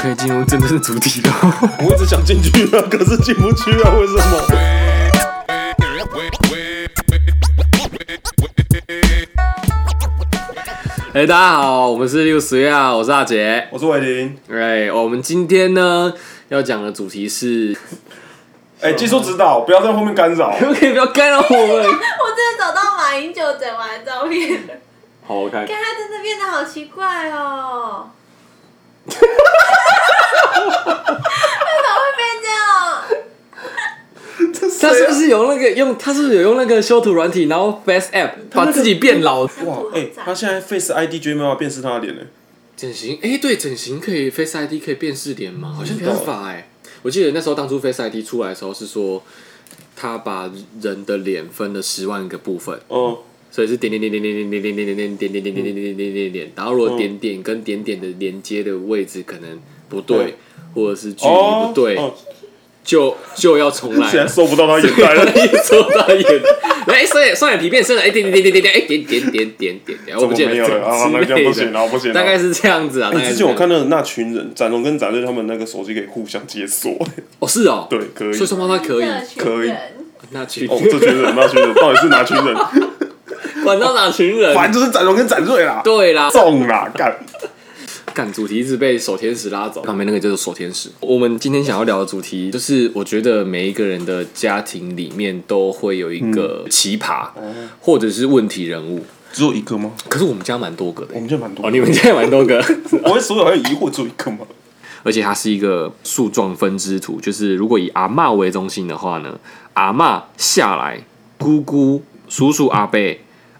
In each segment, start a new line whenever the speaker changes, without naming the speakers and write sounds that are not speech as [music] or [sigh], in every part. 可以进入真正的主题了。
我一直想进去啊，可是进不去啊，为什么？
[laughs] 哎、大家好，我们是六十啊，我是大姐。
[laughs] 我是伟林。
哎、我们今天呢要讲的主题是，
哎、技术指导，不要在后面干扰。
可不可以不要干扰我们？
我真的找到马英九整完的照片，
[laughs] 好，我看。
看他真的变得好奇怪
[laughs]
哦。为什么会变这样？
他是不是有那个用？他是不是有用那个修图软体，然后 Face App 把自己变老？
哇，哎、他现在 Face ID 绝对没办法辨识他的脸呢。
[laughs] 整形？哎、对，整形可以 Face ID 可以辨识脸吗？好像没办法哎、我记得那时候当初 Face ID 出来的时候是说，他把人的脸分了十万个部分，
哦、
所以是点点点点点点点点点点点点点点点点点点点点，然后如果点点跟点点的连接的位置可能不对，或者是距离
哦，
不对，
哦
就就要重来。
现在收不到他眼袋 [laughs] 了。
一抽到眼，哎，双眼双眼皮变深了，哎，点点点点点，哎，点点点点点点，我
怎
不
么
见
没有了？啊，那
之
这样
类
不行
的，
啊，不行啊。
大概是这样子啊。大
哎、
概
之
是
前我
这样
看到那群人，展龙跟展瑞他们那个手机可以互相解锁， [laughs]
哦，是哦，
对，可以。
所以双胞胎可以，
这群
可以
人
那群
哦，这群人，那群人到底是哪群 [laughs] 人？
管到哪群人？
反正就是展龙跟展瑞啦，
对啦，
中啦，干。
干主题一直被守天使拉走，旁边那个就是守天使。我们今天想要聊的主题就是，我觉得每一个人的家庭里面都会有一个奇葩，或者是问题人物。
只有一个吗？
可是我们家蛮多个的
哦我们这蛮多
哦，。你们家也蛮多个。
[laughs]
[laughs]
我会所有人疑惑只有一个吗？
而且它是一个树状分支图，就是如果以阿嬷为中心的话呢，阿嬷下来，姑姑、叔叔、阿伯、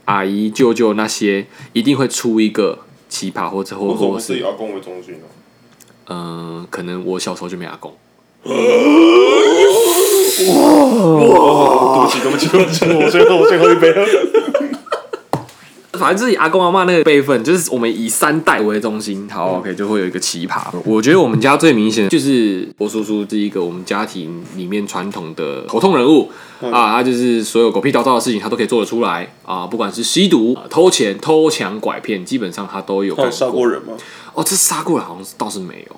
阿姨、舅舅那些，一定会出一个奇葩或者或
为什么
或
不是以
哦是
阿公为中心啊呢、
嗯、可能我小时候就没阿公，
对不起，对不起，对不起，我最后我最后一杯了。
反正就是以阿公阿嬷那个辈分，就是我们以三代为中心，好、o
嗯
k 就会有一个奇葩。我觉得我们家最明显的就是我叔叔是一个我们家庭里面传统的头痛人物、
嗯
啊，他就是所有狗屁倒灶的事情他都可以做得出来啊，不管是吸毒、啊偷钱、偷抢、拐骗，基本上他都有
他有
干
杀过人吗？
哦，这杀过来好像是倒是没有，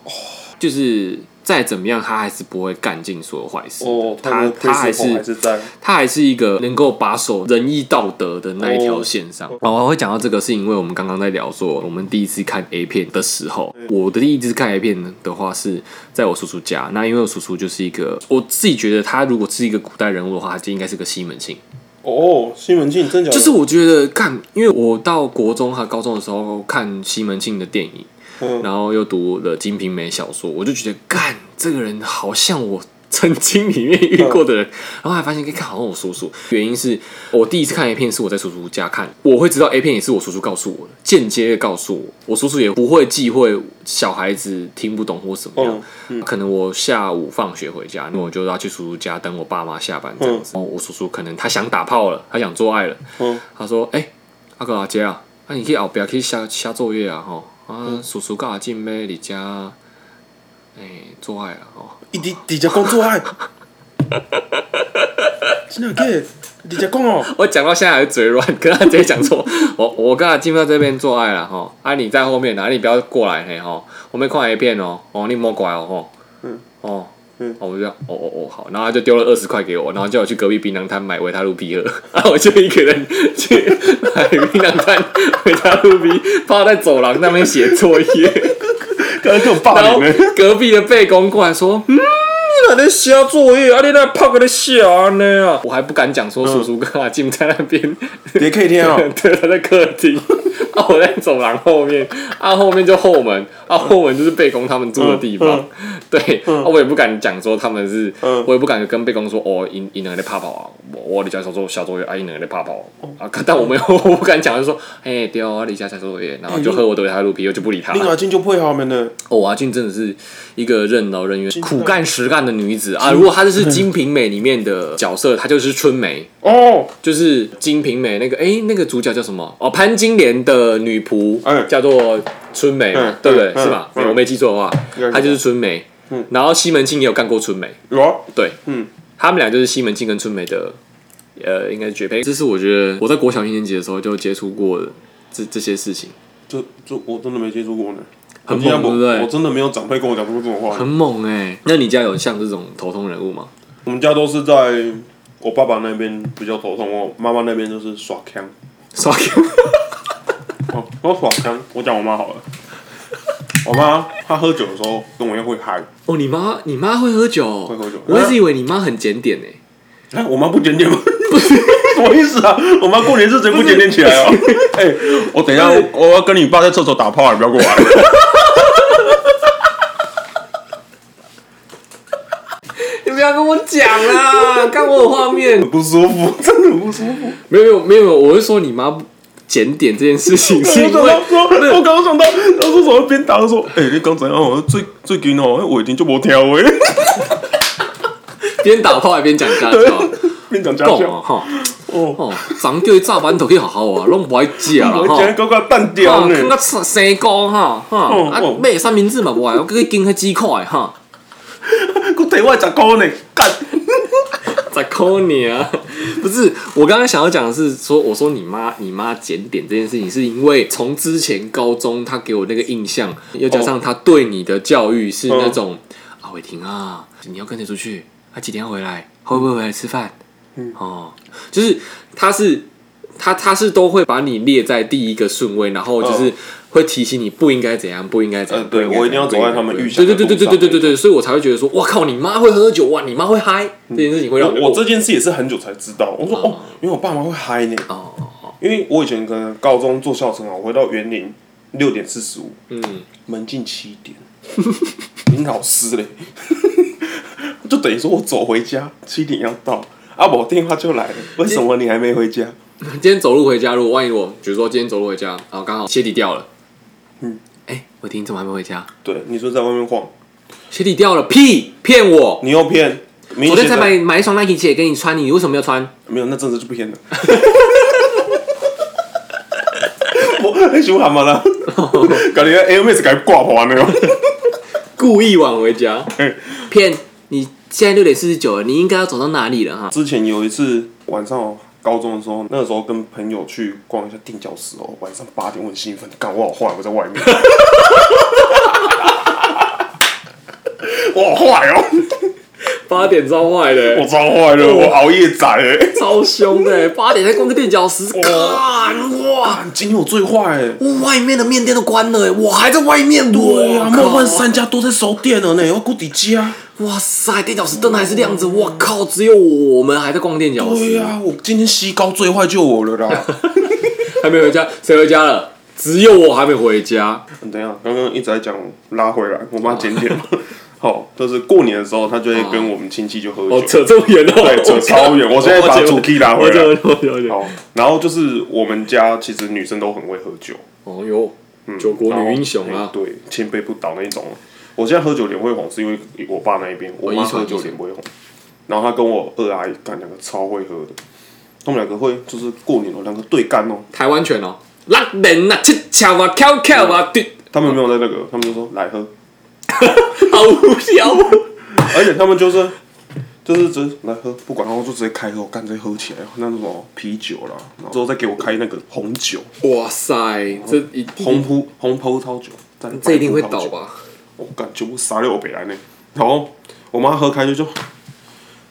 就是再怎么样他还是不会干尽所有坏事的，
哦，
他
的
他还
principle
是
还是在
他还是一个能够把守仁义道德的那一条线上。然后会讲到这个，是因为我们刚刚在聊说，我们第一次看 A 片的时候，我的第一次看 A 片的话是在我叔叔家。那因为我叔叔就是一个，我自己觉得他如果是一个古代人物的话，他就应该是个西门庆。
哦，西门庆真假的？
就是我觉得看，因为我到国中和高中的时候看西门庆的电影，
嗯
然后又读了《金瓶梅》小说，我就觉得干这个人好像我曾经里面遇过的人，
嗯
然后还发现可以看好像我叔叔。原因是我第一次看 A 片是我在叔叔家看，我会知道 A 片也是我叔叔告诉我的，间接的告诉我，我叔叔也不会忌讳小孩子听不懂或怎么样。
嗯
可能我下午放学回家，那我就要去叔叔家等我爸妈下班这样子。然后我叔叔可能他想打炮了，他想做爱了，
嗯
他说：“哎、阿哥阿姐啊，啊你去后壁去写写作业啊吼，啊叔叔甲阿进要伫遮，哎、做爱啊吼。
伊伫伫遮讲做爱， [laughs] 真的假的？伫遮讲哦，”
我讲到现在还嘴软，跟他直接讲错， [laughs] 我我跟阿进在这边做爱了吼，啊你在后面啊，你不要过来嘿吼，我们看 A 片哦，哦你莫过来哦吼，
嗯
哦。
嗯
哦，我就这样，哦哦哦，好，然后他就丢了二十块给我，然后叫我去隔壁槟榔摊买维他露 B 喝，然后我就一个人去买槟榔摊维他露 B，趴在走廊那边写作业。
刚刚有霸
然后
凌呢。
隔壁的背公过来
[laughs]
说：“嗯，你哪在写作业啊？你那泡个在写呢啊？”我还不敢讲说叔叔跟阿静在那边，
也可以听嗯 [laughs] 哦，
[laughs] 对，他在客厅，
[laughs]
啊，我在走廊后面，啊，后面就后门，啊，后门就是背公他们住的地方，对，啊，我也不敢讲说他们是，
嗯
我也不敢跟背公说，哦，因因两个在泡泡啊，我我在家小作小作业，啊，因两个在泡泡
哦
啊，啊，但我没有， [laughs] 我不敢讲，就说，哎，对哦，你家小作业，然后就喝我的维他露啤，我就不理他。
哎另外进就配合他们呢。
哦，阿俊真的是一个任劳任怨、
金
苦干实干的女子啊！如果她就是《金瓶梅》里面的角色，她就是春梅，
哦，
就是《金瓶梅》那个哎、诶那个主角叫什么？哦，潘金莲的女仆、
嗯
叫做春梅嘛，
嗯
对不对？
嗯
是吧？
嗯
我没记错的话
应该，是
她就是春梅。
嗯
然后西门庆也有干过春梅，
有啊，
对
嗯，
他们俩就是西门庆跟春梅的，呃，应该是绝配。这是我觉得我在国小一年级的时候就接触过的这这些事情。
这这我真的没接触过呢。
很
应该
猛，对
不
不对
我？真的没有长辈跟我讲过这种话
很。猛哎、那你家有像这种头痛人物吗？
我们家都是在我爸爸那边比较头痛，我妈妈那边就是耍腔。
刷 Q
哦，我耍腔，我讲我妈好了。我妈她喝酒的时候跟我一样会嗨，
哦，你妈你妈会喝酒哦、
会喝酒
我一直以为你妈很检点呢、
哎，我妈不检点吗？ [laughs] 什么意思啊？我妈过年是 [laughs] 真不检点起来哦。哎、我等一下，我我要跟你爸在厕所打炮，你不要过来。
你不要跟我讲啦，看我有画面。
[laughs] 很不舒服，真的很不舒服。
[laughs] 没有没有没有，我是说你妈检点这件事 [laughs] 情是因
我
为
刚刚说，我刚刚想到，他说什么边打，他说，哎、你刚怎样？我说最最近哦，我已经就没挑喂，
边打炮还边讲家教，
[laughs] 边讲家
够
教
啊哈
哦，
哦，长钓一炸馒头去好好啊，拢不爱食啦
我
哈
今。天刚刚蛋
啊，
掉呢
看，个生生菇哈哈，
哦
啊
哦
买三明治嘛无爱，我叫去拣迄几块哈，
我腿外十块呢，干，
[laughs] 十箍尔。啊不是，我刚刚想要讲的是说，我说你妈你妈检点这件事情，是因为从之前高中她给我那个印象，又加上她对你的教育是
嗯
那种、啊，伟霆啊，你要跟着出去，她几点要回来，会不会回来吃饭？
嗯
哦，就是她是他他是都会把你列在第一个顺位，然后就是会提醒你不应该怎样，不应该怎样。
嗯呃对
不应该
我一定要
怎样
走在他们预
对
想的
对对对对
路
对
上
对对对，所以我才会觉得说，哇靠，你妈会喝酒哇，你妈会嗨，这件事情会让嗯
我我这件事也是很久才知道，我说哦，因为我爸妈会嗨呢，
哦，
因为我以前可能高中坐校车啊，我回到园林六点四十五，
嗯，
门禁七点，林老师嘞， [laughs] 就等于说我走回家七点要到，啊，我电话就来了，为什么你还没回家？
今天走路回家，如果万一我比如说今天走路回家，然后刚好鞋底掉了，
嗯，
哎，我听怎么还没回家？
对，你说在外面晃，
鞋底掉了，屁，骗我！
你又骗，明
昨天才
显的
买买一双 Nike 鞋给你穿，你为什么没有穿？
没有，那真的就不骗了。 [laughs] 我 [laughs] 很喜欢嘛啦， [laughs]
[laughs]
感觉 A M S 该挂破了哦。
故意晚回家，
嗯
骗！你现在六点四十九了，你应该要走到哪里了哈？
之前有一次晚上哦高中的时候，那时候跟朋友去逛一下垫脚石哦，晚上八点我很兴奋，干我好坏，我在外面，我好坏哦，
八点超坏的、
我超坏的，我熬夜仔哎，
超凶
[laughs]
的欸，八点才逛个垫脚石，干哇！
今天我最坏哎。
外面的面店都关了欸，我还在外面
对
我
啊，
靠
梦幻三家都在收店了呢，我顾底家。
哇塞，垫脚石灯还是亮着，我靠！只有我们还在逛垫脚
对啊
石，
呀、我今天西高最坏就我了啦。
还没回家，谁回家了？只有我还没回
[laughs]
家。
嗯 [laughs] 等一下，刚刚一直在讲拉回来，我妈检点啊嘛。 [laughs] 好，就是过年的时候，她就会跟我们亲戚就喝
哦，
酒，
扯这么远哦，
对，扯超远。我现在把
我
主 key 拉回
我
来。
我哦我我
好，哦然后就是我们家其实女生都很会喝酒，
哦哟，
嗯
九国女英雄
然后
啊
哎！对，千杯不倒那一种。我现在喝酒脸会红，是因为我爸那一边，我
遗
妈
传
喝
遗
酒
传
脸不会红。然后她跟我二阿姨干两个超会喝的，他们两个会就是过年哦，两个对干哦，
台湾拳哦，拉人呐，七巧啊，跳跳啊，对，
他们没有在那个，他们就说来喝， [laughs]
好无聊哦。
嗯而且他们就是就是直接来喝，不管，然后就直接开喝，我干直接喝起来，那种什么啤酒啦，然后之后再给我开那个红酒，
哇塞，这一
红葡红葡萄酒，再来
这一定会
白葡萄
倒
酒？
吧？
我干全部撒六北来呢，然后我妈喝开就说，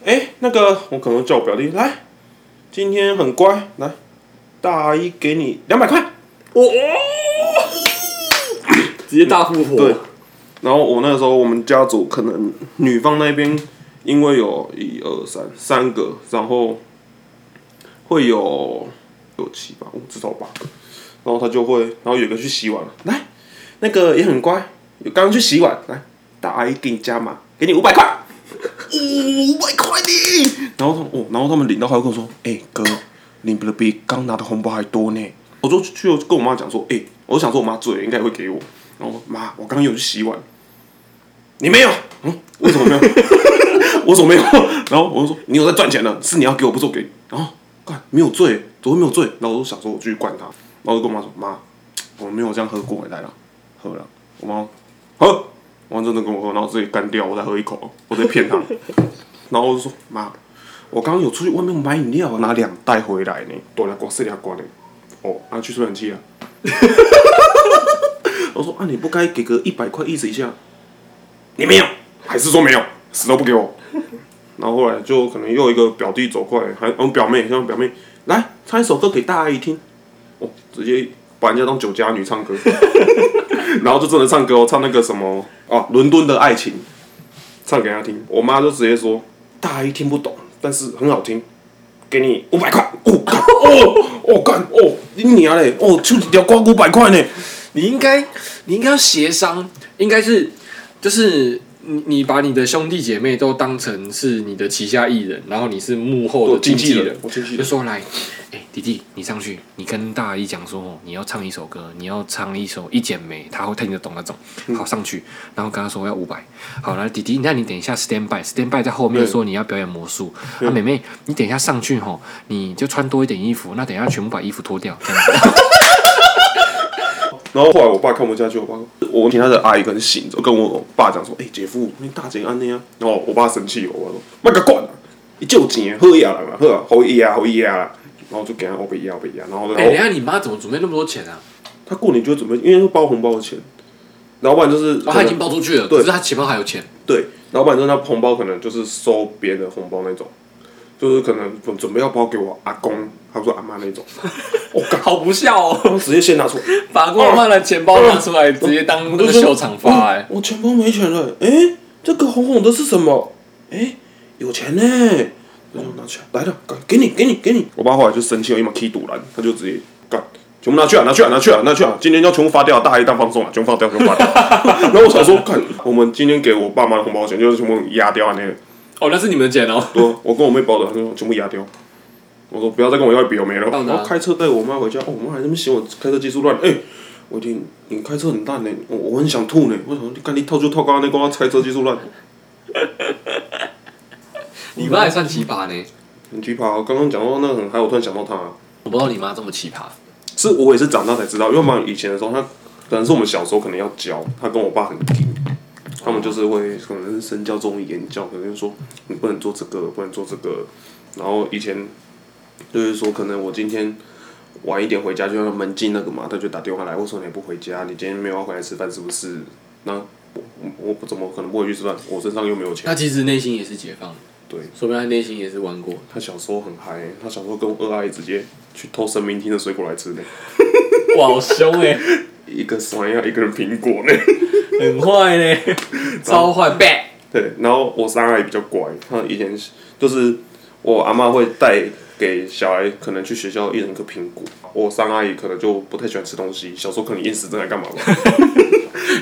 哎、那个我可能叫我表弟来，今天很乖，来，大阿姨给你两百块，
哇、直接哦大复活。
嗯对，然后我那时候我们家族可能女方那边因为有一二三三个，然后会有有七八五至少八个，然后他就会，然后有一个去洗碗了，来，那个也很乖，有刚刚去洗碗，来，大阿姨给你加码，给你五百块。五百块的，然后他哦，然后他们领到还会跟我说，哎、哥，领的比刚拿的红包还多呢。我就去跟我妈讲说，哎、我就想说我妈醉了，应该也会给我。然后我说妈，我刚刚有去洗碗，你没有？嗯，为什么没有？ [laughs] 我怎么没有？然后我就说你有在赚钱呢，是你要给我，不是我给你。然后干没有醉，怎么会没有醉？然后我就想说我继续灌他，然后我就跟我妈说妈，我没有这样喝过，来了，喝了。我妈说喝，我妈真的跟我喝，然后自己干掉，我再喝一口，我再骗他。然后我就说妈，我刚刚有出去外面买饮料，拿两袋回来哦呢，多两罐，四两罐呢。哦，啊，去吹冷气啊。 [laughs] 我说啊，你不该给个一百块意思一下，你没有，还是说没有，死都不给我。然后后来就可能又有一个表弟走过来，还我、表妹，像表妹来唱一首歌给大阿姨听，哦，直接把人家当酒家女唱歌， [laughs] 然后就真的唱歌哦，唱那个什么啊，伦敦的爱情，唱给她听。我妈就直接说，大阿姨听不懂，但是很好听，给你五百块，哦，干哦，哦干哦，你娘嘞，哦，就一条光五百块呢。
你应该，你应该要协商，应该是，就是你你把你的兄弟姐妹都当成是你的旗下艺人，然后你是幕后的
我经纪
纪
人
人，
我经纪人
就说来，哎、弟弟，你上去，你跟大姨讲说，哦你要唱一首歌，你要唱一首《一剪梅》，他会听得懂那种。
嗯
好，上去，然后跟他说要五百。好，来，弟弟，那你等一下 stand by，stand by 在后面
对
说你要表演魔术。啊，妹妹，你等一下上去吼，你就穿多一点衣服，那等一下全部把衣服脱掉，这
[laughs]
样子。哎
哦然后后来我爸看不下去，我爸说我请他的阿姨跟醒着跟我爸讲说，哎、姐夫，你大姐安尼啊，然后我爸生气，我爸说，卖个管啊，你借钱好呀啦，好啊，好呀好呀啦，然后就给他我被压我被压，然后
哎、
然后
等一下你妈怎么准备那么多钱啊？
他过年就会准备，因为会包红包的钱，然后不然就是
哦，他已经包出去了，
对
可是他钱包还有钱。
对，老板说他红包可能就是收别人的红包那种，就是可能准准备要包给我阿公，他说阿妈
[laughs]
那种，我靠，
好不孝哦！
他直接先拿出来，
[laughs] 把郭妈的钱包拿出
哦
来，直接当那个秀场发、哎，
我钱包没钱了，哎、这个红红的是什么？哎、有钱呢、然后拿起来，来了，干，给你，给你，给你。我爸后来就生气了，因为 K 堵拦，他就直接干，全部拿去啊，拿去啊，拿去啊，拿去啊！今天要全部发掉，大黑蛋放送啊，全部发掉，全部发掉。
[laughs]
然后我想说，看，我们今天给我爸妈的红包钱就是全部压掉啊，那个。
哦，那是你们的钱哦。
对啊，我跟我妹包的，她说全部压掉。我说不要再跟我要笔，我没了。
到哪
然后开车带我妈回家，哦，我妈还在那边嫌我开车技术烂。哎、我一听你开车很烂呢、我我很想吐呢、为什么你看你套就套刚刚那光开车技术烂，
你妈也算奇葩呢，
很奇葩、啊。刚刚讲到那个很嗨，我突然想到她、
我不知道你妈这么奇葩。
是我也是长大才知道，因为我妈以前的时候，她可能是我们小时候可能要教，她跟我爸很听，他们就是会可能是身教重于言教，可能就说你不能做这个，不能做这个。然后以前就是说，可能我今天晚一点回家，就让门禁那个嘛，他就打电话来，为什么你不回家？你今天没有要回来吃饭是不是？那我我我怎么可能不回去吃饭？我身上又没有钱。
她其实内心也是解放，
对，
说明她内心也是玩过。
他小时候很嗨、他小时候跟我二阿姨直接去偷生命厅的水果来吃呢，
哇，好凶哎、
一个 [laughs] 酸呀，一个人苹果呢。
很坏
[laughs]
呢、超坏 bad。
对，然后我三阿姨比较乖，她以前就是我阿妈会带给小孩，可能去学校一人一个苹果。我三阿姨可能就不太喜欢吃东西，小时候可能厌食症
[laughs]
还干嘛吧。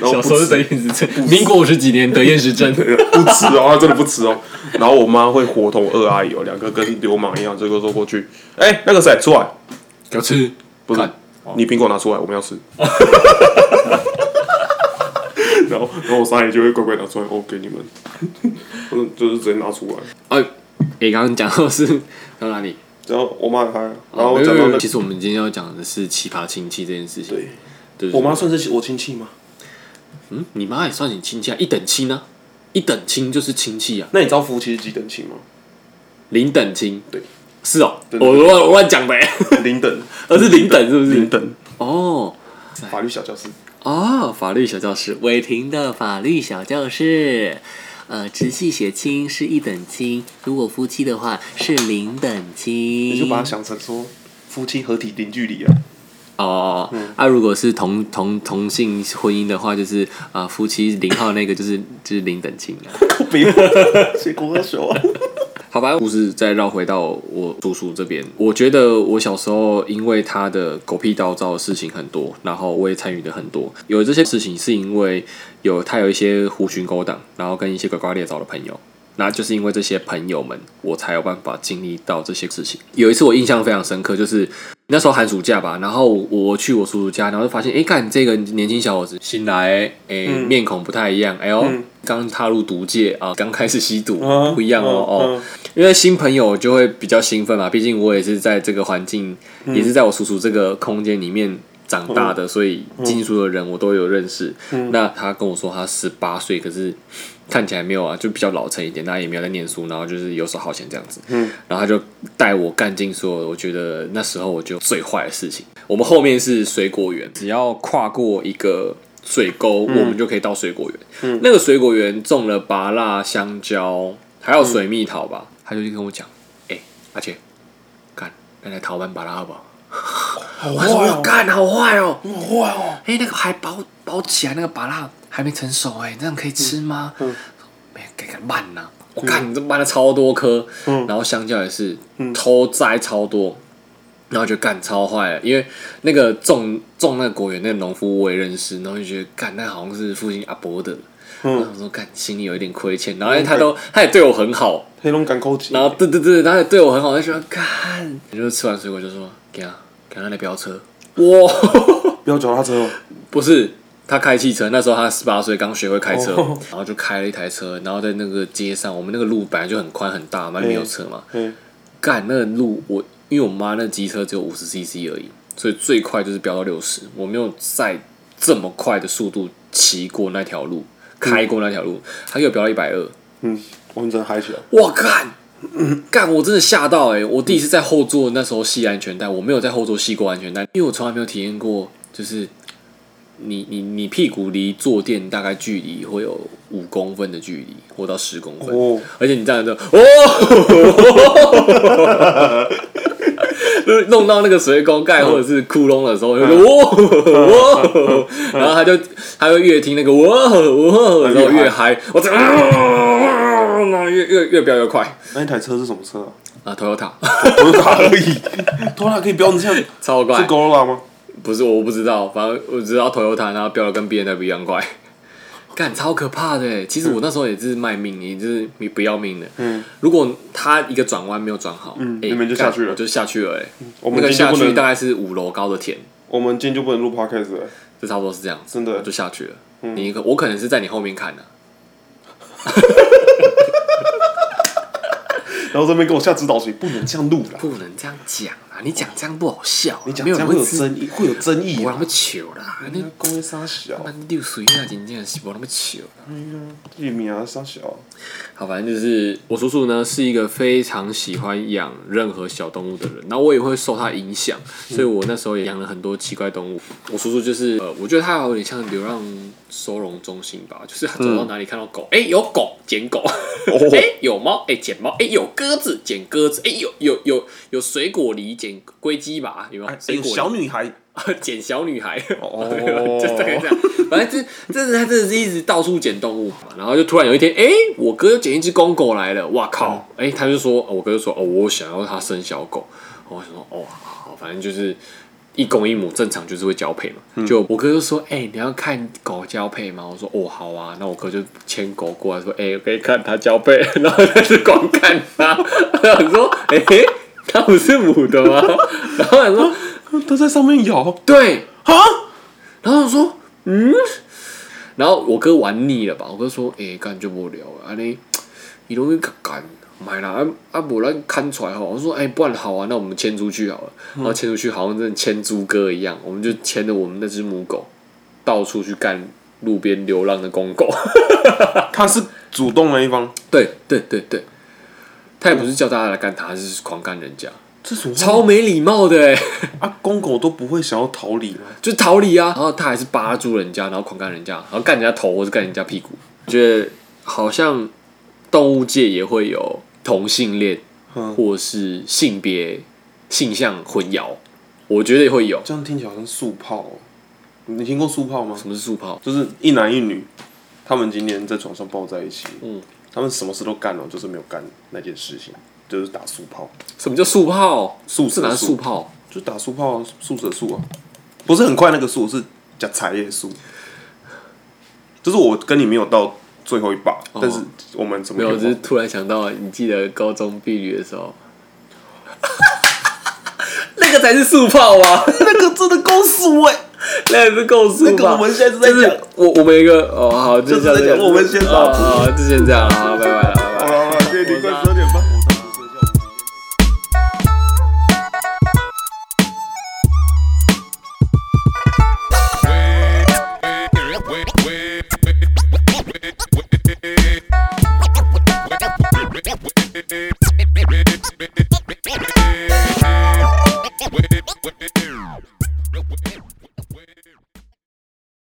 然后
小
不
时候是
吃
得厌食症，民国五十几年得厌食
[laughs]
症。
不吃哦，她真的不吃哦。然后我妈会伙同二阿姨哦，两个跟流氓一样，这个说过去，哎、那个谁出来，
给我吃，
不是
看
你苹果拿出来，我们要吃。 [laughs] 然后，然后我三阿姨就会乖乖拿出来，哦，给你们， [laughs] 嗯，就是直接拿出来。
哎，哎，刚刚讲到是到哪里？
然后我妈很嗨，然
哦
后
没有
讲到
没
那
有
个
其实我们今天要讲的是奇葩亲戚这件事情。
对，
对，
我妈算是我亲戚吗？
嗯，你妈也算你亲戚啊，一等亲啊，一等亲就是亲戚啊，
那你知道夫妻是几等亲
[laughs]
吗？
零等亲。
对，
是哦，
真的
我乱我乱讲
[laughs]
的欸，
零等，
而哦是零等是不
零
是？
等，
哦
法律小教室。
哦，法律小教室，伟霆的法律小教室。呃，直系血亲是一等亲，如果夫妻的话是零等亲。
你就把它想成说夫妻合体零距离啊。
哦，
嗯
啊，如果是同同同性婚姻的话，就是啊、夫妻零号那个就是就是零等亲啊。
靠别
[laughs]
我，谁跟我说啊？
好吧，故事再绕回到我叔叔这边。我觉得我小时候因为他的狗屁倒灶的事情很多，然后我也参与的很多。有这些事情是因为有他有一些狐群勾当，然后跟一些拐瓜裂枣的朋友。那就是因为这些朋友们，我才有办法经历到这些事情。有一次我印象非常深刻，就是那时候寒暑假吧，然后我去我叔叔家，然后就发现，哎、看这个年轻小伙子新来，哎、
嗯
面孔不太一样，哎呦，刚、踏入毒戒啊，刚开始吸毒，不一样哦，哦，
嗯嗯
因为新朋友就会比较兴奋嘛，毕竟我也是在这个环境，也是在我叔叔这个空间里面长大的，所以进出的人我都有认识。那他跟我说他十八岁，可是看起来没有啊，就比较老成一点，那也没有在念书，然后就是游手好闲这样子。嗯，然后他就带我干尽所有我觉得那时候我觉得最坏的事情。我们后面是水果园，只要跨过一个。水沟，我们就可以到水果园。那个水果园种了芭辣、香蕉，还有水蜜桃吧。他就去跟我讲，哎、阿且干，刚才逃班芭辣好不好？
好哦
我说要干，好坏哦！
啊好坏哦！
哎、那个还包包起来，那个芭辣还没成熟、哎，这样可以吃吗？
嗯嗯
没，给给慢呐、我看你这搬了超多颗，
嗯
然后香蕉也是
嗯
偷摘超多，然后就干超坏了，因为那个种种那个果园那个农夫我也认识，然后就觉得干那好像是附近阿伯的，然后
嗯，
我说干心里有一点亏欠，然后因为他都他也对我很好，
黑龙江高级，
然后对对对，他也对我很好，我就觉得干，就是吃完水果就说给他给他那飙车，哇，
不要脚踏车哦，
不是。他开汽车，那时候他十八岁，刚学会开车
哦
然后就开了一台车，然后在那个街上，我们那个路本来就很宽很大嘛，没有车嘛，
嘿，
干那个路，我因为我妈那机车只有五十 CC 而已，所以最快就是飙到六十，我没有在这么快的速度骑过那条路，开过那条路，她给我飙到一百二，
嗯，我们真的嗨起来，
我干！嗯干！我真的吓到哎、欸！我第一次在后座那时候系安全带，我没有在后座系过安全带，因为我从来没有体验过，就是你你你屁股离坐垫大概距离会有五公分的距离，或到十公分。
哦，
而且你这样就哦， [laughs] 弄到那个水沟盖或者是窟窿的时候，就说哦哦，然后他就他就越听那个哦哦，然后越嗨，我这越越越飙越快
那一台车是什么车
[laughs]
啊？
啊，Toyota
拖拉而已，拖拉可以标
[laughs]
成这样，是
超快，
Gorola 吗？
不是我不知道，反正我只知道 Toyota 然后飙的跟 B N W 一样快， [laughs] 干超可怕的欸。其实我那时候也是卖命，也就是你不要命的。
嗯，
如果他一个转弯没有转好，
嗯
欸
你们就
干
下去了
我就下去了、欸。
我
那
们
个
今天
下
就不
去大
能，
概是五楼高的田，
我们今天就不能录 podcast 了，
就差不多是这样子，
真的嗯
就下去了。你可我可能是在你后面看的、
然后这边跟我下指导棋，不能这样录啦，
不能这样讲啊！你讲这样不好笑、啊，
你讲
没
这
有
样
人
会有
知
争议，会有争议
我那
啊。
么糗啦，
那
你
公会杀小，
那六岁那真正是我那么糗啦。
一米啊杀小，
好，反正就是我叔叔呢是一个非常喜欢养任何小动物的人，然后我也会受他影响，所以我那时候也养了很多奇怪动物。我叔叔就是呃，我觉得他有点像流浪收容中心吧，就是他走到哪里看到狗，哎、有狗捡狗，哎、有猫哎、捡猫，哎、有鸽子捡鸽子，哎、有有有有水果梨捡龟鸡吧，有
哎
没有？哎水果梨
女孩，
[laughs] 捡小女孩， [laughs]
哦
就大概这样。反正这这是他真的是一直到处捡动物嘛，然后就突然有一天，哎、我哥又捡一只公狗来了，哇靠！哎、他就说，哦我哥就说，哦，我想要他生小狗，我想说，哦，好，反正就是一公一母，正常就是会交配嘛。就我哥就说，哎、你要看狗交配吗？我说，哦，好啊。那我哥就牵狗过来说，哎、我可以看它交配， [laughs] 然后他 [laughs] 就光看它，然后我说，哎、它不是母的吗？ [laughs] 然后他说。
他在上面咬
对，
啊，
然后我说，嗯，然后我哥玩腻了吧？我哥说，哎、干就无聊了，安尼，伊拢去干，买啦，啊啊，无咱看出来吼。我说，哎、不然好啊，那我们牵出去好了。然后牵出去，好像真的牵猪哥一样，我们就牵着我们那只母狗，到处去干路边流浪的公狗。
他是主动的一方，
[laughs] 对对对对，他也不是叫大家来干他，他是狂干人家，
这什么
超没礼貌的、欸。
啊？公狗都不会想要逃离吗？
就逃离啊，然后他还是扒住人家，然后狂干人家，然后干人家头或者干人家屁股。觉得好像动物界也会有同性恋
嗯，
或是性别性向混淆，我觉得也会有。
这样听起来好像速泡哦。你听过速泡吗？
什么是素泡？
就是一男一女，他们今天在床上抱在一起，
嗯，
他们什么事都干了，哦就是没有干那件事情，就是打速泡，
什么叫素泡？
素
是
食
哪
的
是素
素，
泡？
就打速泡啊，素食的素啊，不是很快那个速，是加茶叶素，就是我跟你没有到最后一把，但是我们怎么
哦没有，
可以
就是突然想到，你记得高中避旅的时 [laughs] 候，那个才是素泡啊。
那个真的够素哎、
[laughs] 那也是够素吧？
那个我们现在是在
就是
讲
我我们一个哦好，就
就是
这样
在讲我们先到
哦，哦就先这样，好，拜拜了。